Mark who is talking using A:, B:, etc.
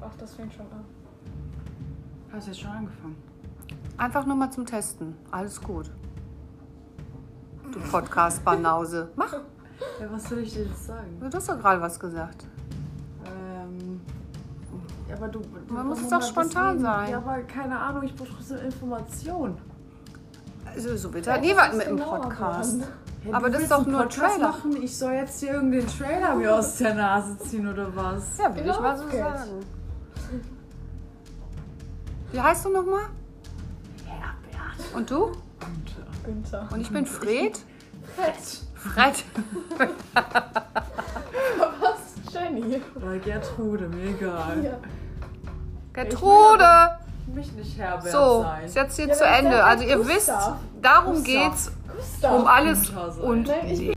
A: Ach, das fängt schon an.
B: Hast jetzt schon angefangen.
C: Einfach nur mal zum Testen. Alles gut. Du Podcast-Banause. Mach,
B: Ja, was soll ich dir jetzt sagen?
C: du hast doch gerade was gesagt.
B: Ähm, ja, aber du. du
C: Man muss
B: warum
C: doch
B: mal
C: spontan
B: wissen-
C: sein.
B: Ja, aber keine Ahnung, ich brauche trotzdem Information.
C: Also, so wird halt nie was mit dem Podcast.
B: Ja,
C: Aber
B: du
C: das
B: willst
C: ist doch
B: einen
C: nur ein
B: Podcast
C: Trailer.
B: Machen. Ich soll jetzt hier irgendeinen Trailer mir aus der Nase ziehen oder was?
C: Ja, will ich mal so
A: Genau, geht.
C: sagen. Wie heißt du nochmal?
B: Herbert.
C: Und du?
A: Günther.
C: Und ich bin Fred? Fred.
A: Was? Jenny.
B: Oder Gertrude, mir egal.
A: Ja.
C: Gertrude.
B: Mich nicht Herbert
C: So,
B: sein.
C: ist jetzt hier
A: Ja,
C: zu
A: aber dann
C: Ende. Also
A: halt
C: ihr wisst,
A: Gustav.
C: darum
B: Gustav.
C: geht's
A: Gustav.
C: um alles
B: Gunther sein.
C: und
A: Nein, ich bin